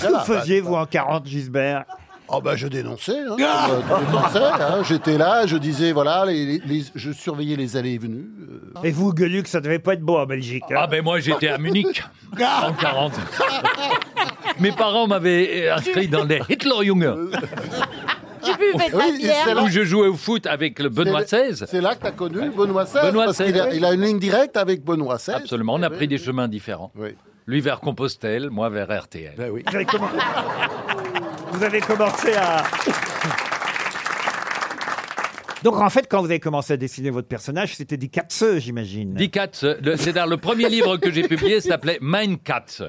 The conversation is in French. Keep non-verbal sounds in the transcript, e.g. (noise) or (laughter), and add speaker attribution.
Speaker 1: que vous faisiez, vous, en 40, Gisbert
Speaker 2: Oh ben je dénonçais, hein, comme, euh, tout le monde sait, hein. j'étais là, je disais voilà, les- les- les- je surveillais les allées et venues. euh.
Speaker 1: Et vous, Gueluc, ça devait pas être beau en Belgique. hein
Speaker 3: Ah ben moi j'étais
Speaker 2: (laughs)
Speaker 3: à Munich
Speaker 2: Ah.
Speaker 3: en 40. Mes parents m'avaient euh, inscrit dans les Hitlerjungen
Speaker 4: Tu buvais de la
Speaker 2: Oui, et c'est
Speaker 4: bière.
Speaker 2: là-
Speaker 3: où je jouais au foot avec le Benoît
Speaker 2: C'est-
Speaker 3: XVI.
Speaker 2: C'est là que tu as connu Benoît XVI,
Speaker 3: Benoît
Speaker 2: parce qu'il a,
Speaker 3: XVI.
Speaker 2: il a une ligne directe avec Benoît XVI.
Speaker 3: Absolument, on a pris des chemins différents.
Speaker 2: Oui.
Speaker 3: Lui vers Compostelle, moi vers RTL.
Speaker 2: Ben oui.
Speaker 1: Vous avez, commen- Vous avez commencé à... Donc en fait, quand vous avez commencé à dessiner votre personnage, c'était des Katzeux, j'imagine.
Speaker 3: Die Katz, euh, le- c'est-à-dire le premier livre que j'ai publié s'appelait Mein Katz.